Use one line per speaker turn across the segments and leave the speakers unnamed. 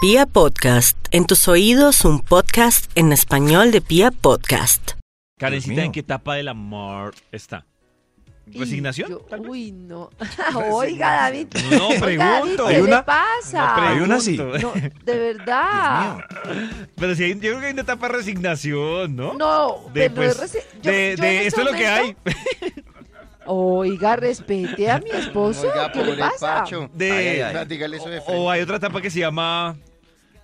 Pia Podcast, en tus oídos un podcast en español de Pia Podcast.
Karencita,
mío.
¿en qué etapa del amor está? ¿Resignación?
Y yo-
tal vez?
uy, no. Oiga, David.
No,
Oiga, David,
pregunto.
¿qué
Hay
le
una-
pasa?
Hay una sí.
Pregunto.
No, de verdad.
Pero si hay, yo creo que hay una etapa de resignación, ¿no?
No,
De,
pero
pues,
reci- yo-
de,
yo
de
en este
esto es lo que hay.
momento- Oiga, respete a mi esposo.
Oiga,
¿Qué le
pobre
pasa?
Pacho.
De,
ay. Dígale eso de
o-
frente.
o hay otra etapa que se llama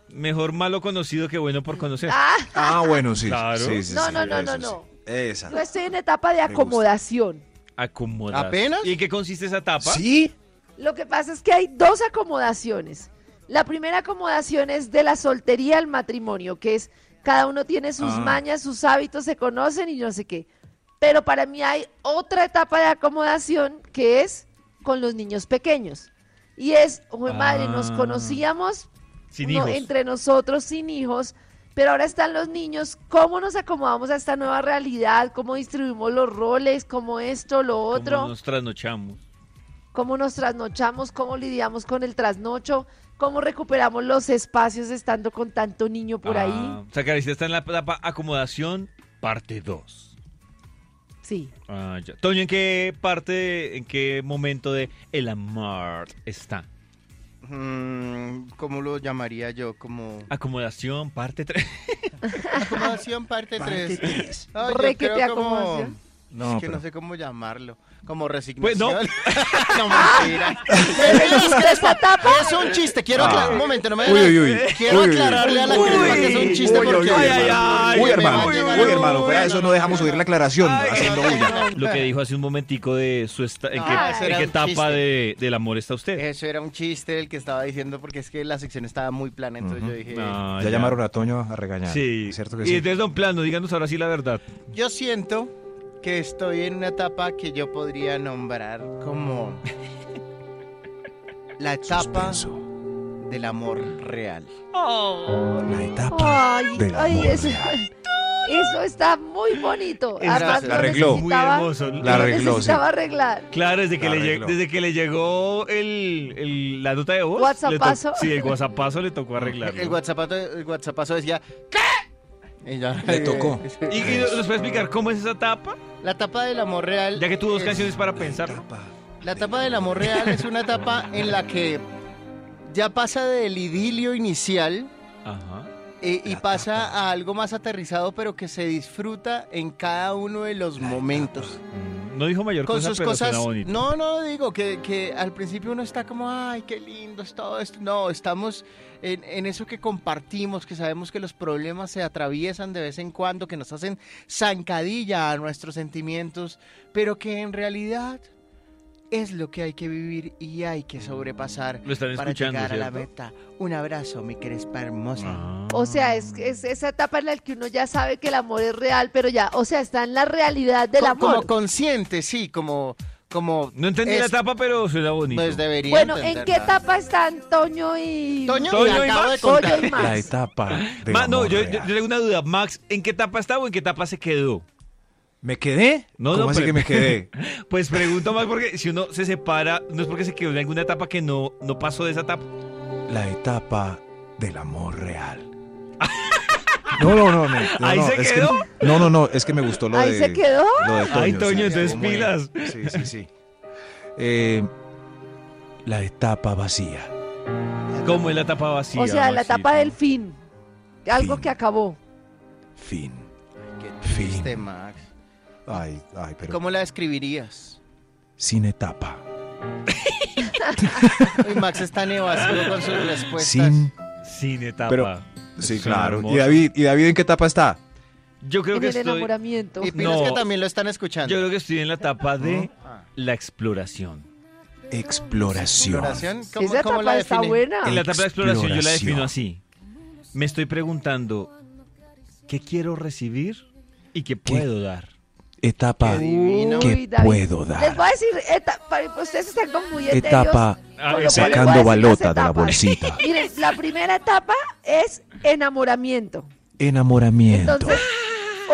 mejor malo conocido que bueno por conocer.
Ah,
Ah, bueno, sí.
Claro.
sí, sí,
No,
sí,
no, no,
eso
no, no.
sí. Esa.
yo estoy en etapa de
gusta.
acomodación.
Acomodación.
¿Apenas?
¿Y en qué consiste esa etapa?
¿Sí?
Lo que pasa es que hay dos acomodaciones. La primera acomodación es de la soltería al matrimonio, que es cada uno tiene sus
Ah.
mañas, sus hábitos, se conocen y no sé qué. Pero para mí hay otra etapa de acomodación que es con los niños pequeños. Y es, uy, madre, nos
Ah.
conocíamos
Sin
no-
hijos.
entre nosotros sin hijos, pero ahora están los niños, ¿cómo nos acomodamos a esta nueva realidad? ¿Cómo distribuimos los roles? ¿Cómo esto, lo
¿Cómo
otro?
nos trasnochamos.
cómo nos trasnochamos, cómo lidiamos con el trasnocho, cómo recuperamos los espacios estando con tanto niño por
Ah,
ahí.
O sea, Karencita está en la etapa acomodación parte 2.
Sí.
Ah, ya. Toño, ¿en qué parte, en qué momento de el amor está?
Mm, ¿Cómo lo llamaría yo? Como
Acomodación, parte 3.
acomodación parte 3. Ah, yo
Requete
creo como-
acomodación.
No,
es que
pero-
no sé cómo llamarlo. Como
Pues
resignación.
no.
no, mentira.
¿Ustedes etapa?
es un chiste. Quiero
Ah.
aclarar. Un momento, no me
Uy, uy, uy.
Quiero
Uy, uy, uy.
aclararle a la crema que es un chiste
Uy, uy,
porque.
uy, hermano.
ay,
Uy,
me
hermano.
va a llegar
Uy,
el-
hermano. Fuera de eso no dejamos oír la aclaración.
Ay,
haciendo bulla.
Lo que dijo hace un momentico de su esta- en
No,
qué,
Ah,
ese
en
era
qué
un
etapa
chiste.
de- del amor está
Eh,
usted.
Eso era un chiste el que estaba diciendo porque es que la sección estaba muy plana. Entonces yo dije.
Ah,
Ya llamaron a Toño a regañar.
Sí.
¿Cierto que
y
sí?
entonces, don Plano, díganos ahora sí la verdad.
Yo siento que estoy en una etapa que yo podría nombrar como la etapa
Suspenso.
del amor real.
La etapa.
Ay,
Del
ay,
amor
eso,
real.
eso está muy bonito.
Gracias.
Además,
La
lo
arregló.
Muy
Ah, necesitaba-
hermoso.
La
lo
arregló, sí.
necesitaba arreglar.
Claro, desde que,
La
le lleg-
arregló.
desde que le llegó el, el- la nota de voz.
Whatsappazo.
le to- Sí, el WhatsAppazo le tocó arreglarlo.
El WhatsApp, el WhatsAppazo decía ¿qué? Y ya.
Le tocó.
¿Y, y nos nos puede explicar cómo es esa etapa?
La etapa del amor real.
Ya que tuvo dos
es-
canciones para pensar.
La etapa del amor real es una etapa en la que ya pasa del idilio inicial
Ajá.
eh, y pasa a algo más aterrizado, pero que se disfruta en cada uno de los momentos.
Mm, No dijo mayor
con
cosa,
sus
pero
cosas.
suena bonito.
No, no digo que, que al principio uno está como, ay, qué lindo es todo esto. No, estamos en, en eso que compartimos, que sabemos que los problemas se atraviesan de vez en cuando, que nos hacen zancadilla a nuestros sentimientos, pero que en realidad es lo que hay que vivir y hay que sobrepasar
Lo están
para
escuchando,
llegar a la
¿cierto?
meta. Un abrazo, mi crespa hermosa.
Ah.
O sea, es, es esa etapa en la que uno ya sabe que el amor es real, pero ya, o sea, está en la realidad del
Co-
amor.
Como consciente, sí, como... como
No entendí la
es-
etapa, pero suena bonito.
Pues debería
Bueno, ¿en qué
entenderla.
etapa están Toño y
Toño,
Toño
le
y
acabo
Max.
de
Toño
contar.
y Max?
La etapa. del
Ma- no,
amor
yo, yo- yo
real.
tengo una duda. Max, ¿en qué etapa está o en qué etapa se quedó?
¿Me quedé?
No,
¿Cómo
no,
así
pero-
que me quedé?
Pues pregunto, Max, porque si uno se separa, no es porque se quedó en alguna etapa que no, no pasó de esa etapa.
La etapa del amor real. No, no, no, no. no,
¿Ahí
no,
se
es que-
quedó?
no, no, no, es que me gustó lo
Ahí
de...
se quedó.
Lo de
Ay, Toño,
sí,
entonces
como de-
pilas.
Sí, sí, sí. Eh, la etapa vacía.
¿Cómo es la etapa vacía?
o sea, la
Maxito?
etapa del fin. Algo
Fin.
que acabó.
Fin.
Qué
Fin.
triste, Max.
Ay, ay, pero
¿Cómo la describirías?
sin etapa.
Uy, Max es tan evasivo con sus respuestas.
Sin.
Sin etapa.
Pero- Sí,
Suena
claro.
hermoso.
¿Y David, ¿Y David en qué etapa está?
Yo creo
en
que
el
estoy. Yo
enamoramiento.
Y pilas
No.
que también lo están escuchando.
creo que estoy en la etapa de
Ah.
la exploración.
Exploración.
¿Exploración? ¿Cómo,
Esa
cómo
etapa
la
está
define?
buena.
En la etapa de la exploración yo la defino
Ah, Exploración.
así. Me estoy preguntando qué quiero recibir y qué puedo dar.
Etapa
Qué divino.
que
Uy, David.
puedo
Les
dar.
voy a decir, etapa, ustedes están como muy etéreos,
Etapa
Ah,
con lo cual les voy a
sacando
decir las
balota de la
etapas.
bolsita.
Miren, la primera etapa es enamoramiento.
Enamoramiento.
Entonces,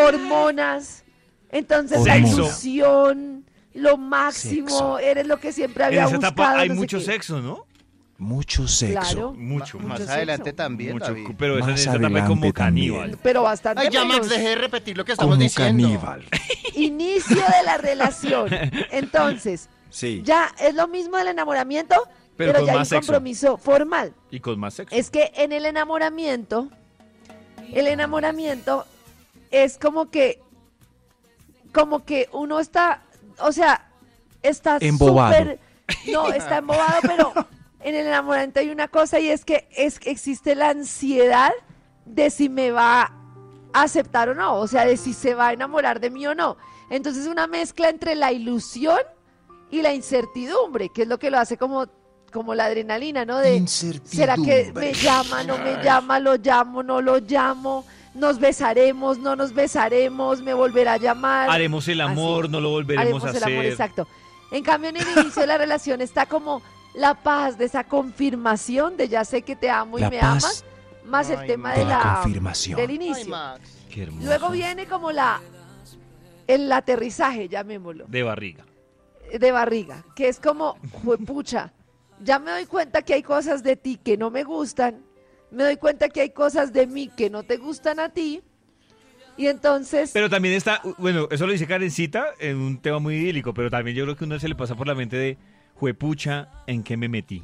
hormonas, entonces la
Sexo.
ilusión, lo máximo,
Sexo.
eres lo que siempre
En
había
esa
buscado.
etapa hay
no sé
mucho
qué.
sexo, ¿no?
mucho sexo.
Claro.
Mucho.
Más
mucho
adelante
sexo.
también,
mucho,
David.
cu- pero esa
Más
esa etapa es como
adelante también.
caníbal.
Pero bastante
Ay, ya, Max,
menos.
dejé de repetir lo que estamos
Como
diciendo.
caníbal.
Inicio de la relación. Entonces,
Sí.
ya es lo mismo del enamoramiento,
Pero
pero,
con
ya hay un
más sexo.
compromiso formal.
Y con más sexo.
Es que en el enamoramiento, el enamoramiento es como que, como que uno está, o sea, está
Embobado.
súper- no, está embobado, pero en el enamoramiento hay una cosa y es que es, existe la ansiedad de si me va a aceptar o no, o sea, de si se va a enamorar de mí o no. Entonces una mezcla entre la ilusión y la incertidumbre, que es lo que lo hace como, como la adrenalina, ¿no? De, ¿Será que me llama, no me llama, lo llamo, no lo llamo? ¿Nos besaremos, no nos besaremos? ¿Me volverá a llamar?
Haremos el amor,
Así.
no lo volveremos
Ah, Haremos
a
el amor,
hacer.
exacto. En cambio, en el inicio de la relación está como la paz de esa confirmación de ya sé que te amo y
La
me
paz
amas, más el
Ay,
tema
de
de
la
la,
confirmación.
del
Ay,
inicio.
Max.
Qué hermoso.
Luego viene como la el aterrizaje, llamémoslo
De barriga.
de barriga, que es como, pucha, ya me doy cuenta que hay cosas de ti que no me gustan, me doy cuenta que hay cosas de mí que no te gustan a ti, y entonces,
Pero también está, bueno, eso lo dice Karencita en un tema muy idílico, pero también yo creo que a uno se le pasa por la mente de, juepucha, ¿en qué me metí?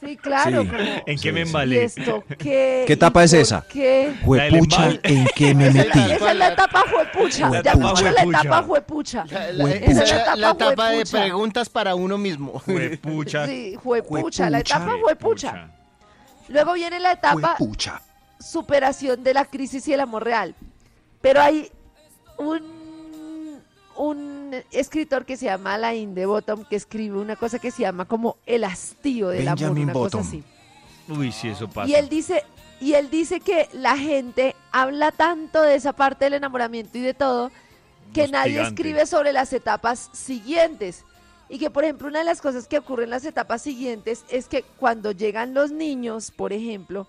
sí, claro,
Sí.
como,
¿En
Sí,
qué me
sí.
¿y
embalé?
esto qué?
¿Qué
¿Y
etapa es
por
esa?
qué?
Juepucha,
La
¿en qué me
Esa
Esa,
es
metí?
la-
es la etapa juepucha,
La
ya
etapa
escucho la
juepucha.
etapa juepucha.
La, la-
Huepucha.
esa es la- la
La etapa
etapa de
huepucha.
preguntas para uno mismo.
Juepucha.
Sí, juepucha, la
Juepucha.
etapa juepucha. Luego viene la etapa
Juepucha.
superación de la crisis y el amor real. Pero hay un, un escritor que se llama Alain de Bottom que escribe una cosa que se llama como el hastío del
Benjamin
amor, una
Bottom.
cosa así.
Uy, sí, eso pasa.
Ah. Y él dice y él dice que la gente habla tanto de esa parte del enamoramiento y de todo que nadie
Hostigante.
escribe sobre las etapas siguientes. Y que, por ejemplo, una de las cosas que ocurre en las etapas siguientes es que cuando llegan los niños, por ejemplo,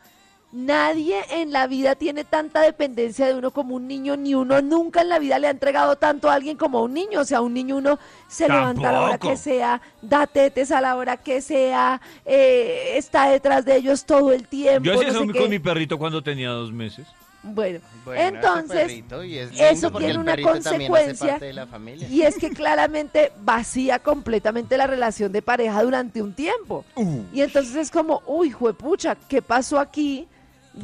nadie en la vida tiene tanta dependencia de uno como un niño, ni uno nunca en la vida le ha entregado tanto a alguien como a un niño. O sea, un niño uno se levanta a la hora
Tampoco.
que sea, da tetes a la hora que sea, eh, está detrás de ellos todo el tiempo.
Yo hacía
no
eso
sé
mi-
qué.
con mi perrito cuando tenía dos meses.
Bueno,
Bueno, ese
entonces...
perrito, y es
eso
lindo porque
tiene
el
una
perrito también hace
consecuencia
parte de la familia.
Y es que claramente vacía completamente la relación de pareja durante un tiempo. Y entonces es como, uy, juepucha, ¿qué pasó aquí?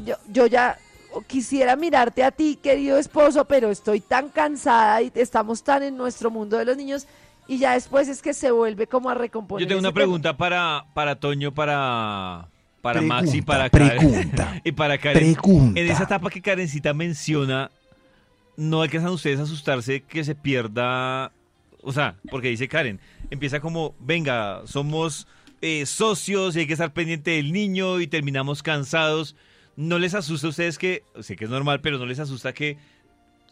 Yo, yo ya quisiera mirarte a ti, querido esposo, pero estoy tan cansada y estamos tan en nuestro mundo de los niños. Y ya después es que se vuelve como a recomponer.
Yo tengo
ese
una pregunta para, para Toño, para, para Max y
Pregunta,
para Karen.
pregunta.
Y para Karen.
Pregunta.
En esa etapa que Karencita menciona, ¿no alcanzan ustedes a asustarse que se pierda? O sea, porque dice Karen, empieza como, venga, somos eh, socios y hay que estar pendiente del niño y terminamos cansados. ¿No les asusta a ustedes que, sé que es normal, pero no les asusta que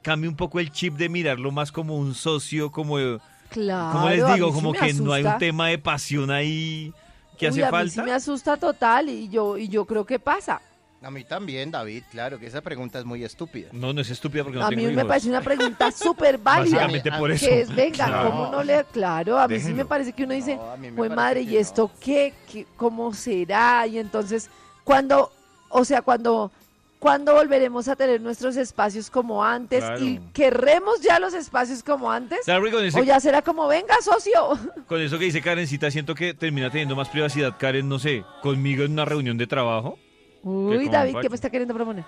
cambie un poco el chip de mirarlo más como un socio, como, eh,
tema. Claro,
como les
a
digo,
mí sí
como
me
que no hay un
asusta.
tema de pasión ahí que hace
Uy, a mí sí
falta?
me asusta total y yo, y yo creo que pasa.
A mí también, David, claro, que esa pregunta es muy estúpida.
No, no es estúpida porque no
a
tengo
mí me
hijos.
parece una pregunta súper válida.
Básicamente
A mí-
por eso.
que es, venga,
Claro.
¿cómo no le...? Claro, a mí sí me
Déjenlo.
parece que uno dice,
No, a mí me
pues
parece
madre,
que
¿y
no.
esto qué? ¿Qué- ¿Cómo será? Y entonces, cuando, o sea, cuando, cuando volveremos a tener nuestros espacios como antes?
Claro.
¿Y querremos ya los espacios como antes?
¿Sabe, Rico, en ese
¿O ya será como, venga, socio?
Con eso que dice Karencita, siento que termina teniendo más privacidad, Karen, no sé, conmigo en una reunión de trabajo.
Uy,
como
David,
Pacho.
¿qué me está queriendo proponer?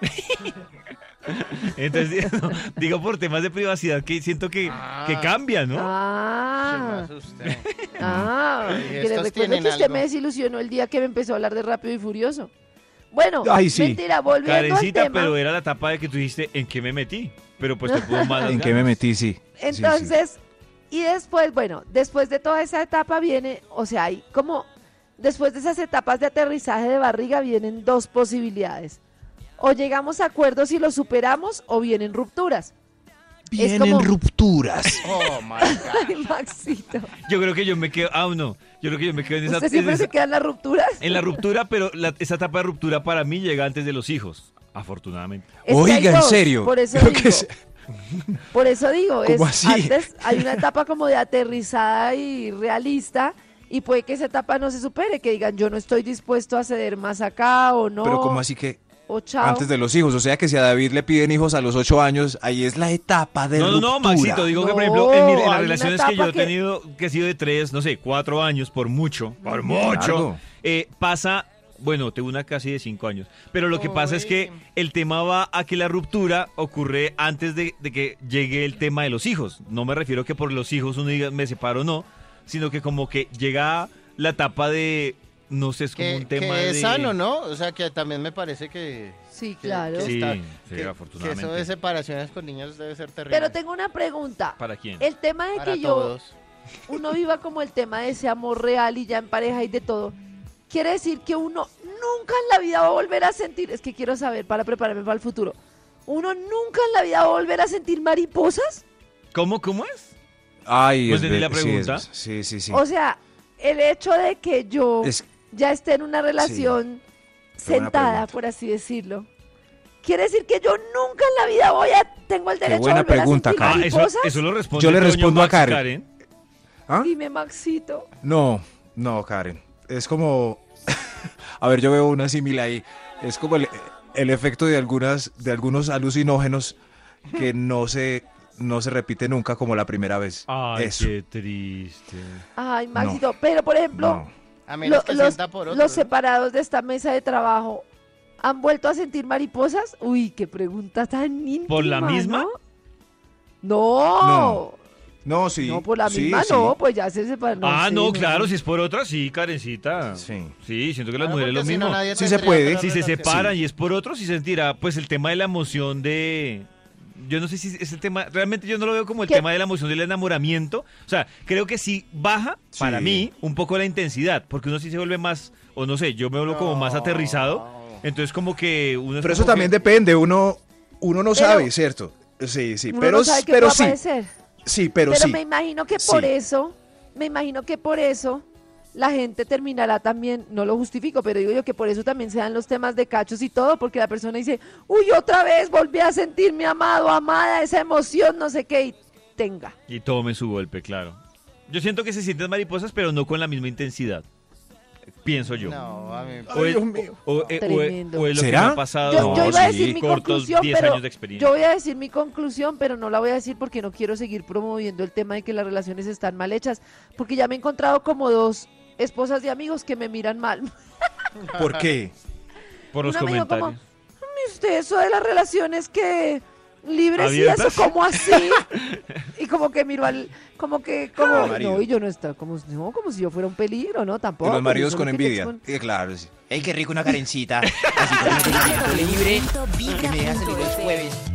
Entonces, no, digo por temas de privacidad que siento que,
Ah.
que cambia, ¿no?
Ah,
Se me asusté.
ah,
Y
que
estos
les recuerdo
tienen
que usted
algo.
me desilusionó el día que me empezó a hablar de Rápido y Furioso. Bueno,
Ay, sí.
mentira, volviendo
Karencita,
al tema.
pero eh, era la etapa de que tú dijiste, ¿en qué me metí? Pero pues te pudo mal. las
¿En qué me
ganas.
metí? Sí. Sí, sí.
Entonces, y después, bueno, después de toda esa etapa viene, o sea, hay como, después de esas etapas de aterrizaje de barriga vienen dos posibilidades. O llegamos a acuerdos y los superamos, o vienen rupturas.
Vienen
como-
rupturas.
Oh, my God.
Ay, Maxito.
Yo creo que yo me quedo, ah, no, yo creo que yo me quedo en esa,
¿Usted
en,
siempre
esa-
se quedan las rupturas?
en la ruptura, pero la- esa etapa de ruptura para mí llega antes de los hijos, afortunadamente.
Es que hay
Oiga, en
dos,
serio.
Por eso
Creo
digo,
que se-
por eso digo, es,
¿Cómo así?
antes hay una etapa como de aterrizada y realista y puede que esa etapa no se supere, que digan yo no estoy dispuesto a ceder más acá o no.
Pero como así que
O chao.
antes de los hijos, o sea que si a David le piden hijos a los ocho años, ahí es la etapa de
No, no, no,
ruptura.
Maxito, digo que por ejemplo, en, mi- en
No, hay
las
una
relaciones que yo he
etapa que-
tenido, que he sido de tres, no sé, cuatro años, por mucho, por mucho,
Claro.
eh, pasa, bueno, tengo una casi de cinco años, pero lo que pasa es que
Uy.
el tema va a que la ruptura ocurre antes de, de que llegue el tema de los hijos. No me refiero que por los hijos uno diga, me separo o no, sino que como que llega la etapa de, no sé, es como
Que,
un tema
que
de...
es sano, ¿no? O sea, que también me parece que...
Sí,
que-
claro.
que
Sí,
está-
sí,
que- que
afortunadamente.
eso de separaciones con niños debe ser terrible.
Pero tengo una pregunta.
¿Para quién?
El tema de
Para
que yo,
todos.
uno viva como el tema de ese amor real y ya en pareja y de todo, quiere decir que uno nunca en la vida va a volver a sentir, es que quiero saber para prepararme para el futuro, uno nunca en la vida va a volver a sentir mariposas.
¿Cómo, cómo es?
Ay,
Pues
es
entendí
ver-
la
sí, es-
pregunta.
Sí, sí, sí.
O sea, el hecho de que yo
Es-
ya esté en una
buena
relación sentada,
pregunta.
por así decirlo. Quiere decir que yo nunca en la vida voy a tengo el derecho
buena
a volver
pregunta,
a sentir
Karen.
Ah, eso,
mariposas.
eso lo responde
Yo le
Toño
respondo a
Max,
Karen. ¿Ah?
Dime, Maxito.
No, no, Karen. Es como. A ver, yo veo una símil ahí. Es como el, el efecto de algunas, de algunos alucinógenos que no se, no se repite nunca como la primera vez.
Ay,
Eso.
qué triste.
Ay,
No.
Maxito, pero por ejemplo,
No.
A menos
Lo-
que
los,
sienta por otro.
los
¿no?
separados de esta mesa de trabajo han vuelto a sentir mariposas? Uy, qué pregunta tan íntima.
¿Por la misma?
No. No,
No, sí.
por la
sí,
misma
sí.
no, pues ya se separaron.
ah,
sí,
no, claro, si es por otra, sí, Karencita. Sí.
Sí.
siento que las
Claro,
mujeres lo
Ah, porque si no,
mismo.
nadie
Sí se
tendría
puede.
otra
si se
relación.
separan
Sí.
y es por otro, sí sentirá, pues el tema de la emoción de... Yo no sé si es el tema, realmente yo no lo veo como el
¿Qué?
tema de la emoción del enamoramiento. O sea, creo que sí baja,
Sí.
para mí, un poco la intensidad, porque uno sí se vuelve más, o no sé, yo me vuelvo como más
No.
aterrizado. Entonces como que uno... es
Pero eso
como que-
también depende. Uno, uno no
Pero-
sabe, ¿cierto? Sí, sí.
Uno
pero
no sabe qué
pero
puede
sí.
aparecer.
Sí, pero,
Pero
sí.
me imagino que por
Sí.
eso, me imagino que por eso la gente terminará también, no lo justifico, pero digo yo que por eso también se dan los temas de cachos y todo, porque la persona dice, uy, otra vez volví a sentirme amado, amada, esa emoción, no sé qué, y tenga.
Y tomen su golpe, claro. Yo siento que se sienten mariposas, pero no con la misma intensidad. Pienso yo.
No, a mí...
O es-
Dios mío.
o- o- eh, o-
Tremendo.
o es lo que me
¿Será?
ha pasado.
Yo, yo
No,
iba a
sí.
decir mi
cortos
conclusión,
10
pero
años de experiencia.
yo voy a decir mi conclusión, pero no la voy a decir porque no quiero seguir promoviendo el tema de que las relaciones están mal hechas, porque ya me he encontrado como dos esposas de amigos que me miran mal.
¿Por qué?
Por los
Una me dijo
comentarios.
"Mami, usted eso de las relaciones que libres y
¿Abiertas?
eso como así y como que miró al como que como
Ah,
no
marido.
y yo no estaba como no como si yo fuera un peligro no tampoco
De los maridos
yo solo
con
quería
envidia.
expon-
Eh, claro, sí.
¡Ey, qué rico una carencita! Así con un libre, que me deja salir los jueves.